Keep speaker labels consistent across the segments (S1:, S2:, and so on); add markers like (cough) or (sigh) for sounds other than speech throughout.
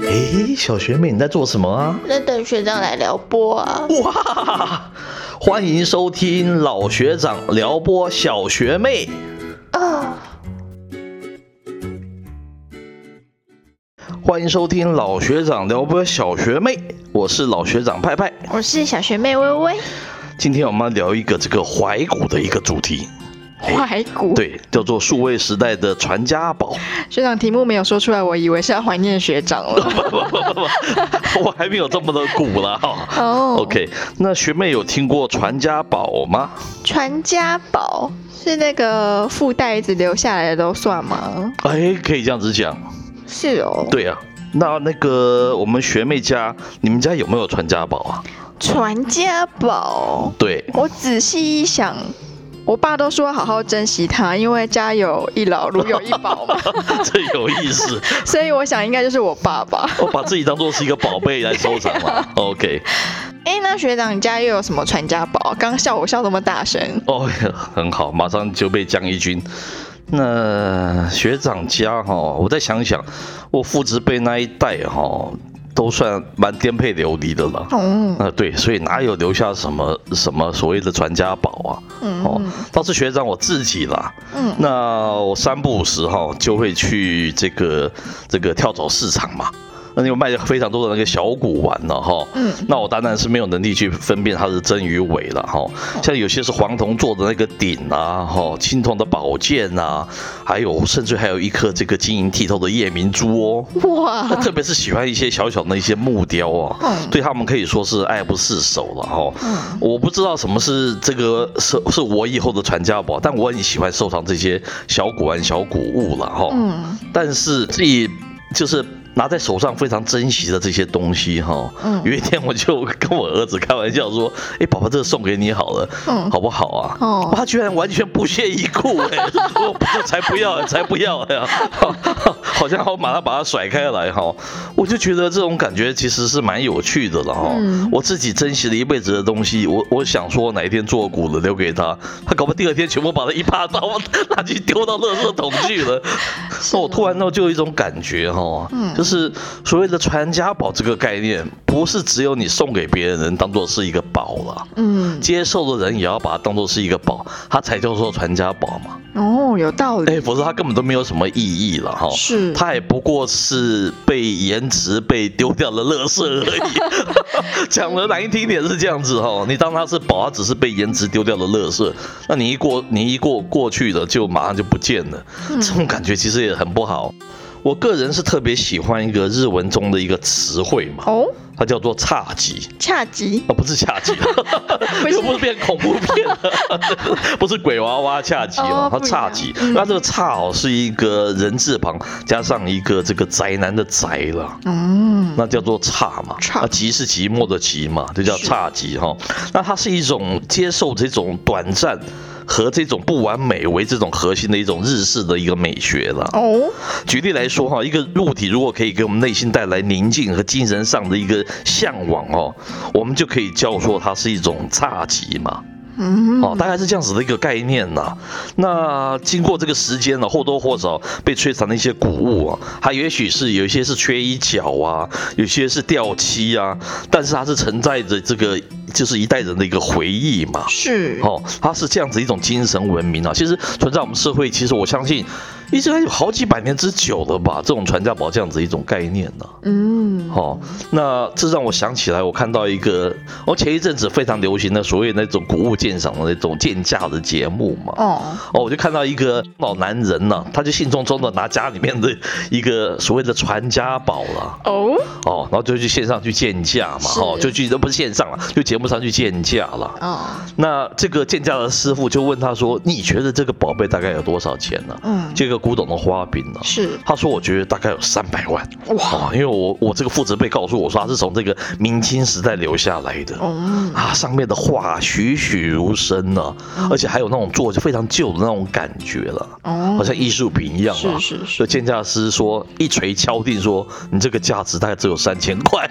S1: 诶，小学妹你在做什么啊？
S2: 我在等学长来撩拨啊。
S1: 哇， (laughs) 欢迎收听老学长撩拨小学妹。
S2: 啊，
S1: 欢迎收听老学长撩拨小学妹，我是老学长派派。
S2: 我是小学妹微微，
S1: 今天我们要聊一个这个怀古的一个主题，
S2: (laughs) 怀古。
S1: 对，叫做数位时代的传家
S2: (laughs)
S1: 宝。
S2: 学长题目没有说出来，我以为是要怀念学长
S1: (laughs)
S2: 了。
S1: 不不不不，我还没有这么的古了哈。
S2: 哦
S1: OK，那学妹有听过传家宝吗？
S2: 传家宝是那个附带子留下来的都算吗？
S1: 哎，可以这样子讲，
S2: 是哦。
S1: 对啊。那那个我们学妹家，你们家有没有传家宝啊？
S2: 传家宝，
S1: 对， (laughs)
S2: 我仔细一想，我爸都说好好珍惜它，因为家有一老如有一
S1: (laughs)
S2: 宝嘛，
S1: 这有意思，
S2: 所以我想应该就是我爸爸。
S1: (laughs) 我把自己当做是一个宝贝来收藏嘛。OK，
S2: 哎，那学长你家又有什么传家宝？刚刚笑我笑这么大声，
S1: 哦，很好，马上就被降一军。那学长家哈、我再想想，我父执辈那一代哈、都算蛮颠沛流离的了。
S2: 哦，
S1: 啊、对，所以哪有留下什么什么所谓的传家宝啊？哦，倒是学长我自己啦，
S2: 嗯，
S1: 那我三不五时哈就会去这个这个跳蚤市场嘛，那里有卖非常多的那个小古玩了哈。
S2: 嗯，
S1: 那我当然是没有能力去分辨它是真与伪了哈。
S2: 嗯
S1: 像有些是黄铜做的那个鼎啊，哈，青铜的宝剑啊，还有甚至还有一颗这个晶莹剔透的夜明珠哦。
S2: 哇
S1: (laughs) 那，特别是喜欢一些小小的一些木雕啊，
S2: 嗯
S1: 对他们可以说是爱不释手了哈、
S2: 嗯
S1: 我不知道什么是这个是是我以后的传家宝，但我很喜欢收藏这些小古玩、小古物了哈、
S2: 嗯
S1: 但是自己就是拿在手上非常珍惜的这些东西哈、有
S2: 嗯
S1: 一天我就跟我儿子开玩笑说：“哎，爸爸，这个送给你好了，
S2: 嗯，
S1: 好不好啊？”
S2: 哦，
S1: 他居然完全不屑一顾、哎， (laughs) 我不才不要，才不要呀、 (laughs) 好像我马上把他甩开来哈，我就觉得这种感觉其实是蛮有趣的了哈。
S2: 嗯
S1: 我自己珍惜了一辈子的东西，我我想说哪一天做古了留给他，他搞不好第二天全部把他一把刀拿去丢到垃圾桶
S2: (laughs)
S1: 去了。那我突然呢就有一种感觉哈，
S2: 嗯
S1: 就是所谓的传家宝这个概念，不是只有你送给别人当做是一个宝了。
S2: 嗯，
S1: 接受的人也要把它当做是一个宝，它才叫做传家宝嘛。
S2: 哦，有道理，
S1: 哎，否则它根本都没有什么意义了哈。
S2: 是，
S1: 它也不过是被延迟、被丢掉的垃圾而已。讲的难听点是这样子哈，你当它是宝，它只是被延迟丢掉的垃圾，那你一过你一过过去了，就马上就不见了。这种感觉其实也很不好。我个人是特别喜欢一个日文中的一个词汇嘛，
S2: 哦，
S1: 它叫做侘寂。
S2: 恰吉，
S1: 啊，不是恰吉，啊
S2: (laughs) 不是
S1: 又不是变恐怖片
S2: (laughs)
S1: 了，不是鬼娃娃恰吉哦
S2: 哦，
S1: 它
S2: 不一样
S1: 恰吉
S2: 嗯。
S1: 那这个恰哦是一个人字旁加上一个这个宅男的宅了，
S2: 嗯，
S1: 那叫做差嘛，
S2: 差
S1: 啊，寂是寂寞的寂嘛，就叫
S2: 是
S1: 差寂哈。那它是一种接受这种短暂和这种不完美为这种核心的一种日式的一个美学了。
S2: 哦，
S1: 举例来说哈，一个肉体如果可以给我们内心带来宁静和精神上的一个向往哦，我们就可以叫做它是一种侘寂嘛。
S2: 嗯，
S1: 哦，大概是这样子的一个概念呐、那经过这个时间呢、或多或少被摧残的一些古物啊，它也许是有一些是缺一角啊，有些是掉漆啊，但是它是承载着这个就是一代人的一个回忆嘛。
S2: 是，
S1: 哦，它是这样子一种精神文明啊，其实存在我们社会，其实我相信，一直有好几百年之久了吧，这种传家宝这样子一种概念呢、
S2: 嗯，
S1: 哦，那这让我想起来，我看到一个，我前一阵子非常流行的所谓那种古物鉴赏的那种鉴价的节目嘛。
S2: 哦，
S1: 哦，我就看到一个老男人呐、他就兴冲冲的拿家里面的一个所谓的传家宝了、
S2: 哦，
S1: 哦，然后就去线上去鉴价嘛，
S2: 是
S1: 哦，就去都不是线上了，就节目上去鉴价了。
S2: 哦，
S1: 那这个鉴价的师傅就问他说：“你觉得这个宝贝大概有多少钱呢、
S2: 嗯，
S1: 这个古董的花瓶呢、
S2: 是，
S1: 他说：“我觉得大概有三百万。”
S2: 哇，
S1: 哇，因为我我这个父职辈告诉我说，他是从这个明清时代留下来的。
S2: 哦，
S1: 啊，上面的画栩栩如生呢、而且还有那种做非常旧的那种感觉了，
S2: 哦，
S1: 好像艺术品一样啊。
S2: 是是是
S1: 所以鉴价师说一锤敲
S2: (laughs)
S1: 定说，你这个价值大概只有三千块。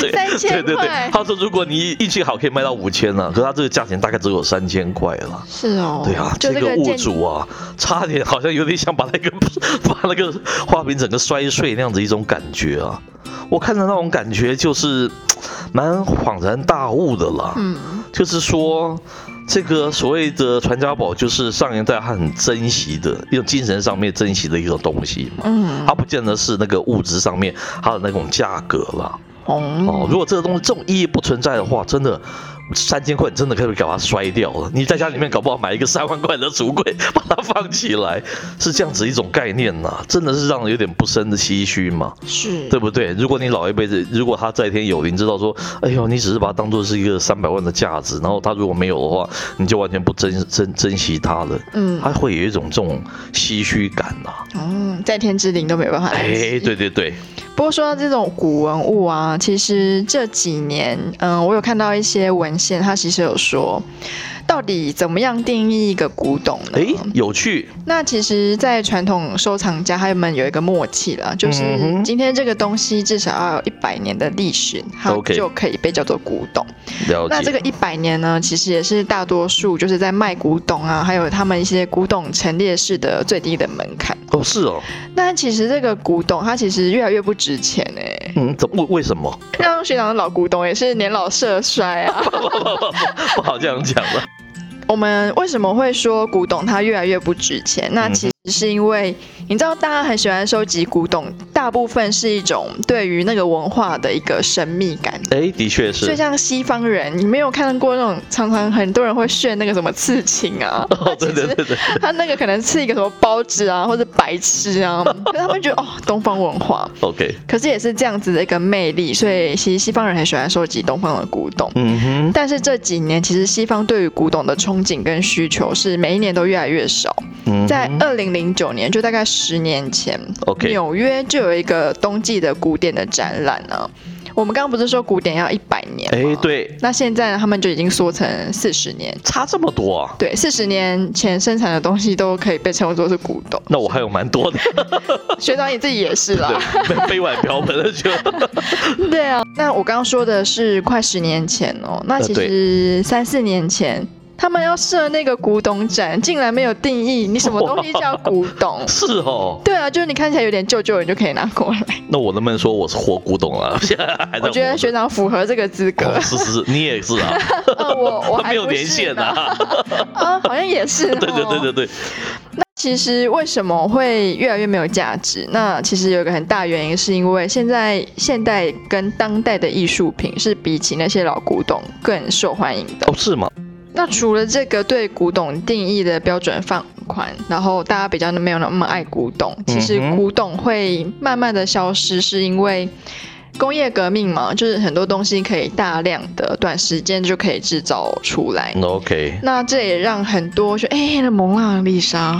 S1: 对
S2: 三千
S1: 对对对
S2: 块，
S1: 他说如果你运气好可以卖到五千了，可是它这个价钱大概只有三千块了。
S2: 是哦，
S1: 对啊，
S2: 就
S1: 这个物
S2: 建
S1: 主啊， (laughs) 差点好像有点想把那个 (laughs) 把那个花瓶整个摔碎那样子一种感觉啊。我看的那种感觉就是蛮恍然大悟的啦。
S2: 嗯，
S1: 就是说，这个所谓的传家宝，就是上一代他很珍惜的一种精神上面珍惜的一种东西嘛。
S2: 嗯，
S1: 它不见得是那个物质上面它的那种价格啦。哦
S2: 哦，，
S1: 如果这个东西这种意义不存在的话，真的三千块你真的可以把它摔掉了。你在家里面搞不好买一个三万块的橱柜， (laughs) 把它放起来，是这样子一种概念呐、真的是让人有点不生的唏嘘嘛。
S2: 是，
S1: 哦对不对？如果你老一辈子，如果他在天有灵，知道说，哎呦，你只是把它当做是一个三百万的价值，然后他如果没有的话，你就完全不珍珍珍惜他了，
S2: 嗯，
S1: 他会有一种这种唏嘘感呐、
S2: 哦，在天之灵都没办法。
S1: 哎，对。对对，
S2: 不过说到这种古文物啊，其实这几年，嗯，我有看到一些文献，它其实有说，到底怎么样定义一个古董呢？
S1: 哎，有趣，
S2: 那其实，在传统收藏家他们有一个默契啦，就是
S1: 嗯哼
S2: 今天这个东西至少要有一百年的历史，它
S1: OK
S2: 就可以被叫做古董。
S1: 了
S2: 那这
S1: 解。
S2: 个一百年呢，其实也是大多数就是在卖古董啊，还有他们一些古董陈列室的最低的门槛。
S1: 哦，是哦，
S2: 那其实这个古董它其实越来越不值钱哎、
S1: 嗯，怎为为什么？
S2: 让学长的老古董也是年老色衰啊。
S1: 不好这样讲 (laughs) 了。
S2: 我们为什么会说古董它越来越不值钱？那
S1: 嗯哼
S2: 其实是因为你知道，大家很喜欢收集古董，大部分是一种对于那个文化的一个神秘感。
S1: 哎，的确
S2: 所以
S1: 是，
S2: 像西方人，你没有看过那种常常很多人会炫那个什么刺
S1: (laughs)
S2: 青啊，
S1: 哦，对对对对，
S2: 他那个可能刺一个什么包子啊，或者白
S1: (laughs)
S2: 痴啊，可是他们觉得哦，东方文化，
S1: ，OK，
S2: 可是也是这样子的一个魅力，所以其实西方人很喜欢收集东方的古董。
S1: 嗯哼，
S2: 但是这几年，其实西方对于古董的憧憬跟需求是每一年都越来越少。
S1: 嗯哼，
S2: 在二零零九年，就大概十年前
S1: OK
S2: 纽约就有一个冬季的古典的展览啊。我们刚刚不是说古典要一百年吗？
S1: 哎，。对，
S2: 那现在呢，他们就已经缩成四十年。
S1: 差这么多啊，
S2: 对，四十年前生产的东西都可以被称作是古董。
S1: 那我还有蛮多的，
S2: 学长你自己也是
S1: (laughs)
S2: 啦。
S1: 对，被杯碗瓢盆的就。 (laughs)
S2: 对啊，那我刚刚说的是快十年前哦，那其
S1: 呃。
S2: 实三四年前。他们要设那个古董展，竟然没有定义你什么东西叫古董
S1: (laughs) 是哦，
S2: 对啊，就是你看起来有点旧旧，你就可以拿
S1: (laughs)
S2: 过来。
S1: 那我能不能说我是活古董啊？ (laughs) 现在还在活
S2: 我觉得学长符合这个资 (laughs) 格
S1: (laughs) 哦。是是是，你也是啊，
S2: 呃，我 (laughs) 我
S1: 他
S2: 还
S1: 没有
S2: 不是
S1: 连线
S2: 呢。 (laughs)
S1: 啊。
S2: 啊，好像也是。
S1: (laughs) 对对对对。对，
S2: 其实为什么会越来越没有价值？那其实有一个很大原因，是因为现在现代跟当代的艺术品是比起那些老古董更受欢迎的
S1: 哦。是吗？
S2: 那除了这个对古董定义的标准放宽，然后大家比较没有那么爱古董，其实
S1: 嗯哼
S2: 古董会慢慢的消失，是因为。工业革命嘛，就是很多东西可以大量的、短时间就可以制造出来。
S1: 嗯 OK，
S2: 那这也让很多说，哎、那蒙娜丽莎，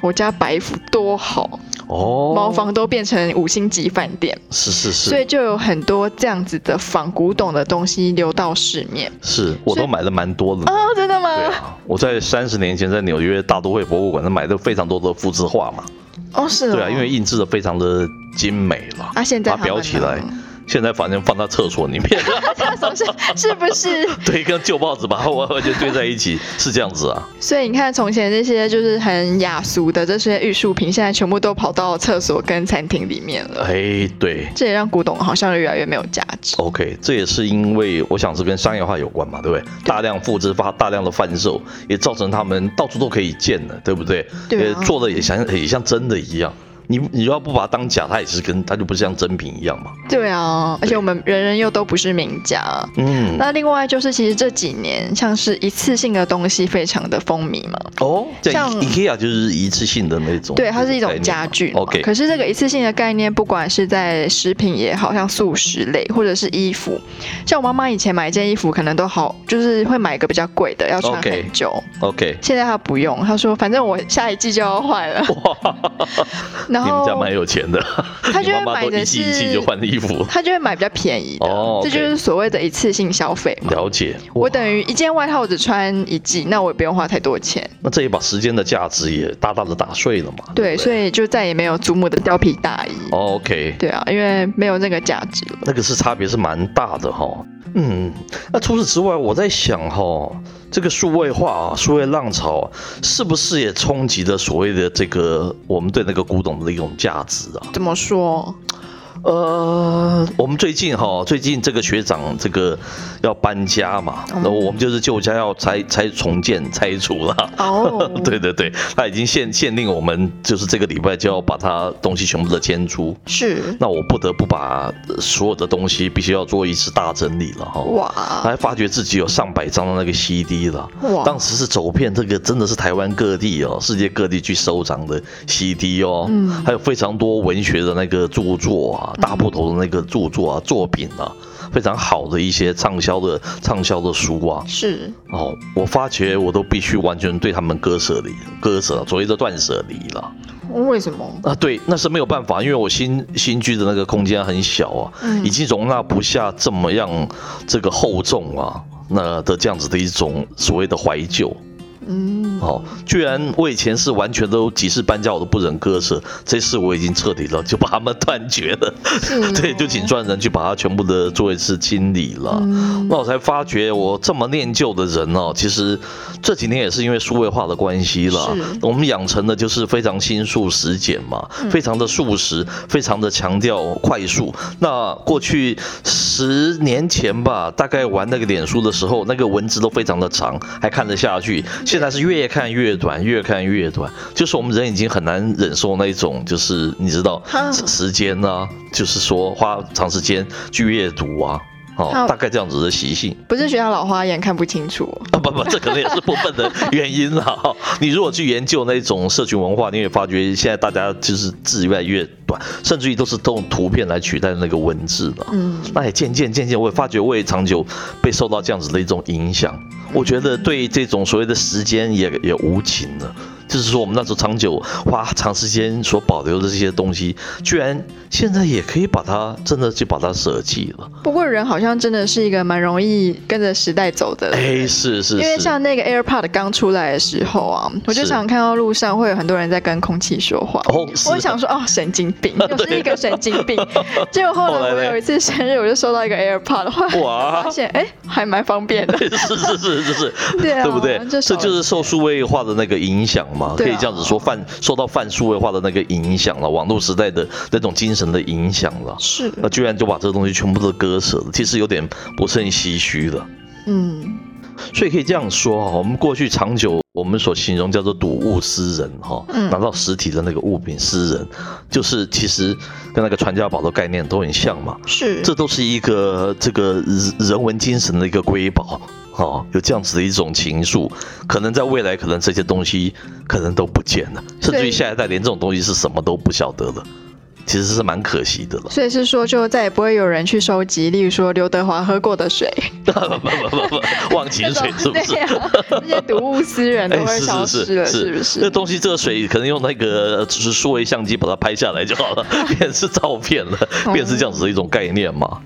S2: 我家白府多好，
S1: 哦，
S2: 茅房都变成五星级饭店，
S1: 是是
S2: 所
S1: 是
S2: 以就有很多这样子的仿古董的东西流到市面。
S1: 是，我都买了蛮多的。
S2: 哦，真的吗？
S1: 对啊，我在三十年前在纽约大都会博物馆买的非常多的复制画嘛，
S2: 哦，是哦。
S1: 对啊，因为印制的非常的精美了。
S2: 啊，现在
S1: 把它裱起来，现在反正放到厕所里面，啊
S2: 总是 (laughs) 是不是？
S1: 对，跟旧报纸把它完完全堆在一起，是这样子啊？
S2: 所以你看，从前那些就是很雅俗的这些艺术品，现在全部都跑到厕所跟餐厅里面了。
S1: 哎，对，
S2: 这也让古董好像越来越没有价值。
S1: OK，这也是因为我想是跟商业化有关嘛，对不对？大量复制发大量的贩售，也造成他们到处都可以见的，对不对？
S2: 对啊
S1: 呃做的也像也像真的一样。你你要不把它当假，它也是跟它就不是像真品一样嘛。
S2: 对啊，而且我们人人又都不是名家。
S1: 嗯，
S2: 那另外就是，其实这几年像是一次性的东西非常的风靡嘛，
S1: 哦，这
S2: 像
S1: IKEA 就是一次性的那种，
S2: 对，它是一
S1: 概
S2: 种
S1: 念
S2: 家具嘛。
S1: OK，
S2: 可是这个一次性的概念，不管是在食品也好像素食类，
S1: 嗯
S2: 或者是衣服，像我妈妈以前买一件衣服，可能都好，就是会买一个比较贵的，要穿
S1: OK
S2: 很久。
S1: OK， (laughs)
S2: 现在她不用，她说反正我下一季就要换了。 (laughs) 然
S1: 你们家
S2: 后
S1: 蛮有钱的，(laughs)
S2: 他
S1: 你
S2: 就
S1: 妈
S2: 会
S1: 妈
S2: 买
S1: 都一
S2: 的
S1: 季一季
S2: 是
S1: 就换衣服，
S2: 他就会买比较便宜的，
S1: 哦
S2: 这就
S1: OK
S2: 是所谓的一次性消费嘛。
S1: 了解。
S2: 我等于一件外套我只穿一季，那我也不用花太多钱。
S1: 那这也把时间的价值也大大的打碎了嘛。
S2: 对，
S1: 不
S2: 所以就再也没有祖母的貂皮大衣。
S1: 哦 OK，
S2: 对啊，因为没有那个价值了。
S1: 那个是差别是蛮大的哈、嗯，那除此之外，我在想哈、这个数位化啊，数位浪潮啊是不是也冲击了所谓的这个我们对那个古董的一种价值啊？
S2: 怎么说？
S1: 呃，我们最近哈，最近这个学长这个要搬家嘛，
S2: 嗯
S1: 然后我们就是旧家要拆拆重建拆除了。，
S2: (laughs) 哦
S1: (laughs) 对，对对，他已经限限定我们，就是这个礼拜就要把他东西全部的迁出。
S2: 是
S1: 那我不得不把呃所有的东西必须要做一次大整理了哈。
S2: 哇
S1: 还发觉自己有上百张的那个 CD 了。
S2: 哇，
S1: 当时是走遍这个，真的是台湾各地哦，世界各地去收藏的 CD 哦，
S2: 嗯
S1: 还有非常多文学的那个著作啊，大部头的那个著作啊、作品啊，非常好的一些畅销的畅销的书啊，
S2: 是
S1: 哦，我发觉我都必须完全对他们割舍离，割舍所谓的断舍离了
S2: 为什么？
S1: 啊，对，那是没有办法，因为我新新居的那个空间很小啊，
S2: 嗯
S1: 已经容纳不下这么样这个厚重啊，那的这样子的一种所谓的怀旧。
S2: 嗯，
S1: 哦，居然我以前是完全都几次搬家我都不忍割舍，这次我已经彻底了，就把他们断绝了。
S2: 是哦
S1: (laughs) 对，就请专人去把它全部的做一次清理了。
S2: 嗯
S1: 那我才发觉，我这么念旧的人哦，其实这几年也是因为数位化的关系啦
S2: 是，嗯
S1: 我们养成的就是非常心素食简嘛，非常的素食，非常的强调快速。那过去十年前吧，大概玩那个脸书的时候，那个文字都非常的长，还看得下去。现在是越看越短，越看越短，就是我们人已经很难忍受那一种，就是你知道
S2: 哈
S1: 时时间呢、就是说花长时间去阅读啊。哦
S2: 好，
S1: 大概这样子的习性
S2: 不是学校老花眼看不清楚哦，
S1: 啊，不不，这可能也是部分的原因啦。 (laughs) 哈你如果去研究那种社群文化，你也发觉现在大家就是字越来越短，甚至于都是用图片来取代那个文字的。
S2: 嗯，
S1: 那也渐渐渐渐，我也发觉我也长久被受到这样子的一种影响。我觉得对这种所谓的时间也也无情了，就是说我们那时候长久花长时间所保留的这些东西，居然现在也可以把它真的去把它舍弃了。
S2: 不过人好像真的是一个蛮容易跟着时代走的。
S1: 哎，是是
S2: 因为
S1: 是，
S2: 像那个 AirPod 刚出来的时候啊，我就是常看到路上会有很多人在跟空气说话。
S1: 哦是
S2: 我想说，哦，神经病，
S1: (laughs)
S2: 又是一个神经病。结果后
S1: 后来
S2: 来我
S1: 嘞
S2: 有一次生日，我就收到一个 AirPod，后来
S1: 哇。
S2: 发现哎、还蛮方便的
S1: 是是是是是，
S2: (laughs) 对啊，
S1: 对不对？
S2: 这
S1: 这就是受数位化的那个影响嘛，可
S2: 对啊
S1: 以这样子说，泛受到泛数位化的那个影响了，网络时代的那种精神的影响了。
S2: 是
S1: 那居然就把这个东西全部都割舍了，其实有点不胜唏嘘了。
S2: 嗯
S1: 所以可以这样说哈，我们过去长久我们所形容叫做睹物思人哈，
S2: 嗯
S1: 拿到实体的那个物品思人，就是其实跟那个传家宝的概念都很像嘛，
S2: 是
S1: 这都是一个这个人人文精神的一个瑰宝。哦，有这样子的一种情愫，可能在未来，可能这些东西可能都不见了，甚至于
S2: 对
S1: 下一代连这种东西是什么都不晓得了，其实是蛮可惜的了。
S2: 所以是说，就再也不会有人去收集，例如说刘德华喝过的水，
S1: 不不不不不，忘情水是不是
S2: (laughs) 对？啊，那些睹物思人都
S1: 哎，
S2: 会
S1: 是
S2: 消
S1: 是
S2: 失了，
S1: 是
S2: 是不
S1: 那
S2: 是？
S1: 东西这个水可能用那个呃就是数位相机把它拍下来就
S2: (laughs)
S1: 好了，便是照片了，便是这样子的一种概念嘛。
S2: 哦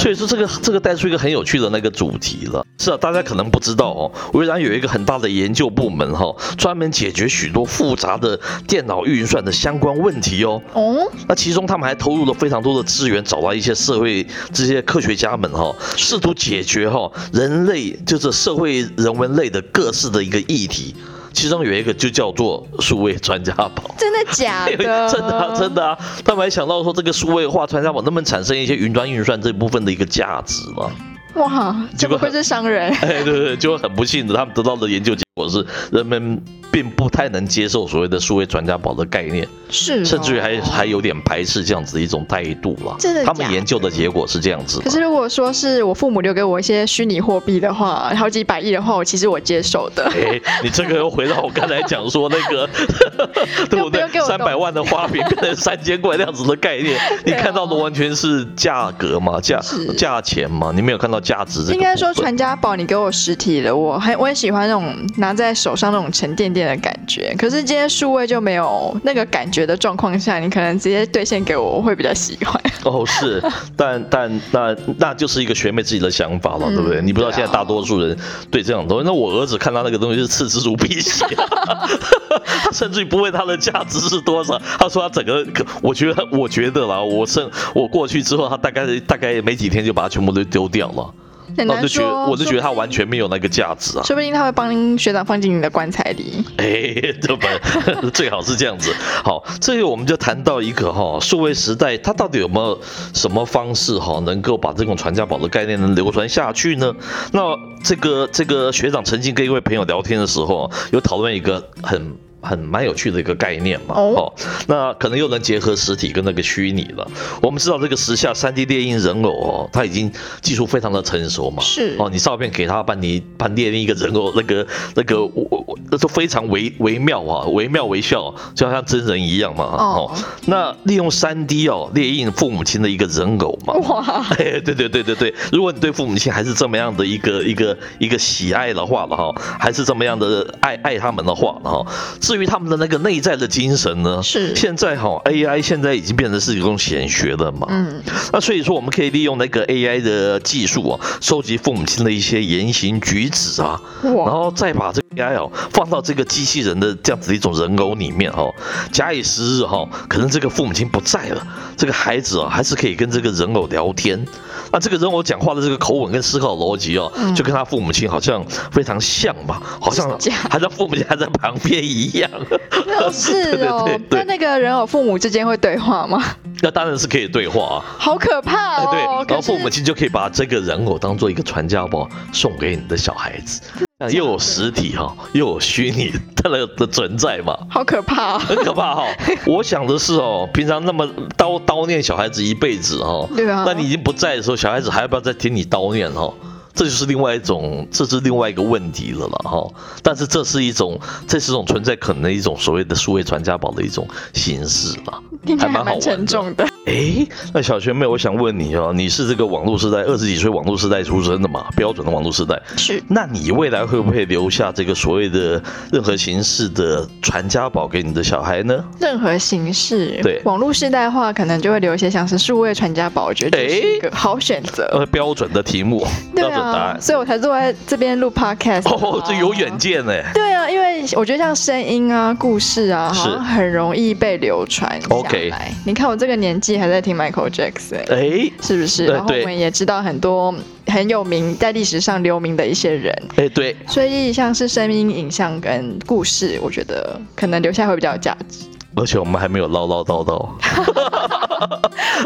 S1: 所以说这个这个带出一个很有趣的那个主题了。是啊，大家可能不知道哦，微软有一个很大的研究部门哈、哦，专门解决许多复杂的电脑运算的相关问题哦。
S2: 哦，
S1: 那其中他们还投入了非常多的资源，找到一些社会这些科学家们哈、试图解决哈、人类就是社会人文类的各式的一个议题，其中有一个就叫做数位传家宝。
S2: 真的假
S1: 因为 (laughs)
S2: 的？
S1: 真的啊、真
S2: 的。
S1: 的啊！他们还想到说，这个数位化传家宝能不能产生一些云端运算这部分的一个价值嘛？
S2: 哇，
S1: 结
S2: 这
S1: 果
S2: 不愧是商人。
S1: (laughs) 哎，对对对，就很不幸的，他们得到的研究结果是，人们并不太能接受所谓的数位传家宝的概念。
S2: 是、哦，
S1: 甚至于还还。有点排斥这样子的一种态度啦。
S2: 真的
S1: 他
S2: 假
S1: 们
S2: 的
S1: 研究的结果是这样子嘛。
S2: 可是如果说是我父母留给我一些虚拟货币的话，好几百亿的话，我其实我接受的。
S1: 哎，你这个又回到我刚才讲说那
S2: (laughs)
S1: 个，对不
S2: 就不
S1: 对
S2: 用给？我
S1: 三百万的花瓶变成三千块那样子的概念，你
S2: (laughs) 对啊
S1: 看到的完全是价格嘛，价
S2: 是
S1: 价钱嘛，你没有看到价值这个部分。
S2: 应该说传家宝，你给我实体的，我很我很喜欢那种拿拿在手上那种沉甸甸的感觉。可是今天数位就没有那个感觉的状况下，你可能直接兑现给我，我会比较喜欢。 (laughs)
S1: 哦，是，但但那那就是一个学妹自己的想法了，
S2: 嗯
S1: 对不对？你不知道
S2: 对啊
S1: 现在大多数人对这种东西，那我儿子看他那个东西是嗤之如鼻血，
S2: (laughs)
S1: 他甚至于不问他的价值是多少。他说他整个，我觉得我觉得啦，我甚我过去之后，他大概大概没几天就把它全部都丢掉了，
S2: 很
S1: 那我
S2: 难
S1: 就觉
S2: 说，
S1: 得我就觉得他
S2: 说不
S1: 完全没有那个价值啊。
S2: 说不定他会帮学长放进你的棺材里。
S1: 哎，这本 (laughs) 最好是这样子。好，这个我们就谈到一个哈、数位时代它到底有没有什么方式哈、能够把这种传家宝的概念能流传下去呢？那这个这个学长曾经跟一位朋友聊天的时候，有讨论一个很。很蛮有趣的一个概念嘛，
S2: 哦
S1: 哦，那可能又能结合实体跟那个虚拟了。我们知道这个时下 3D 猎鹰人偶哦，它已经技术非常的成熟嘛，
S2: 是
S1: 哦，你照片给他，把你把列另一个人偶，那个那个我我我那都非常惟惟妙啊，惟妙惟肖，就好像真人一样嘛。
S2: 哦
S1: 那利用三 D 哦，列印父母亲的一个人偶嘛。
S2: 哇，
S1: 哎，对对对对对，如果你对父母亲还是这么样的一个一个一个喜爱的话了哈，还是这么样的爱爱他们的话了哈，至于他们的那个内在的精神呢，
S2: 是
S1: 现在哈 AI 现在已经变成是一种显学了嘛，
S2: 嗯，
S1: 那所以说，我们可以利用那个 AI 的技术啊，收集父母亲的一些言行举止啊，然
S2: 哇，
S1: 后再把这个 AI 哦放到这个机器人的这样子的一种人偶里面哦，假以时日哦，可能这个父母亲不在了，这个孩子啊还是可以跟这个人偶聊天。那这个人偶讲话的这个口吻跟思考逻辑哦，就跟他父母亲好像非常像嘛，好像
S2: 嗯是这样
S1: 还在父母亲还在旁边一样。 (laughs) (laughs)
S2: 是
S1: 对
S2: 哦
S1: 对对。
S2: 那那个人偶父母之间会对话吗？
S1: 那当然是可以对话啊。
S2: 好可怕
S1: 哎，对，
S2: 哦！
S1: 然后父母
S2: 可是
S1: 亲就可以把这个人偶当做一个传家宝送给你的小孩子，那又有实体哈、又有虚拟它的的存在
S2: (laughs)
S1: 嘛。
S2: 好可怕哦！
S1: 很可怕哈、我想的是哦，平常那么叨叨念小孩子一辈子哦，
S2: 对啊
S1: 那你已经不在的时候，小孩子还要不要再听你叨念哦？这就是另外一种，这是另外一个问题了了哈、但是这是一种，这是一种存在可能的一种所谓的数位传家宝的一种形式了。
S2: 听起来
S1: 还蛮
S2: 还
S1: 好玩的
S2: 蛮沉
S1: (laughs)
S2: 重的。
S1: 诶，哎那小学妹，我想问你哦，你是这个网络时代二十几岁网络时代出生的嘛？标准的网络时代，
S2: 是
S1: 那你未来会不会留下这个所谓的任何形式的传家宝给你的小孩呢？
S2: 任何形式，
S1: 对
S2: 网络时代的话，可能就会留一些像是数位传家宝，我觉得这是一个好选择。
S1: 呃，标准的题目，
S2: 对
S1: 标准答
S2: 啊
S1: 案，。
S2: 所以我才坐在这边录 podcast。啊
S1: 哦，这有远。见呢。
S2: 对啊，因为我觉得像声音啊、故事啊，
S1: 是
S2: 好像很容易被流传下来。
S1: OK
S2: 你看我这个年纪还在听 Michael Jackson，、
S1: 诶，
S2: 是不是？
S1: 呃
S2: 然后
S1: 对
S2: 我们也知道很多很有名在历史上留名的一些人，
S1: 诶，对，
S2: 所以像是声音、影像跟故事，我觉得可能留下会比较有价值。
S1: 而且我们还没有唠唠叨叨，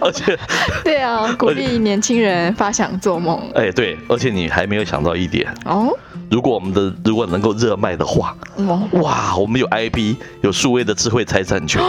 S1: 而且，
S2: 对啊，鼓励年轻人发想做梦
S1: 诶，哎对，而且你还没有想到一点，
S2: 哦。
S1: 如果我们的如果能够热卖的话，
S2: 哦，
S1: 哇，我们有 IP，有数位的智慧财产 (gasps) 权，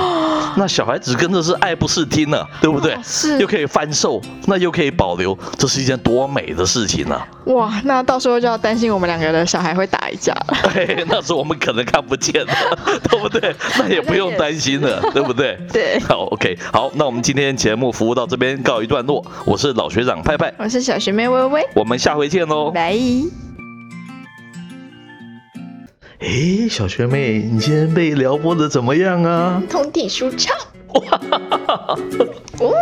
S1: 那小孩子跟着是爱不释听呢、对不对
S2: 哇？哦是
S1: 又可以翻售，那又可以保留，这是一件多美的事情
S2: (laughs)
S1: 啊！
S2: 哇，那到时候就要担心我们两个的小孩会打一架了。
S1: 嘿那时候我们可能看不见了， (laughs) 对不对？那也不用担心了，对不对？
S2: (laughs) 对，
S1: 好，OK，好，那我们今天节目服务到这边告一段落，我是老学长派派，
S2: 我是小学妹微微，
S1: 我们下回见喽。
S2: 拜。
S1: 诶，小学妹，你今天被撩拨的怎么样啊？
S2: 通体舒畅。哇，哦。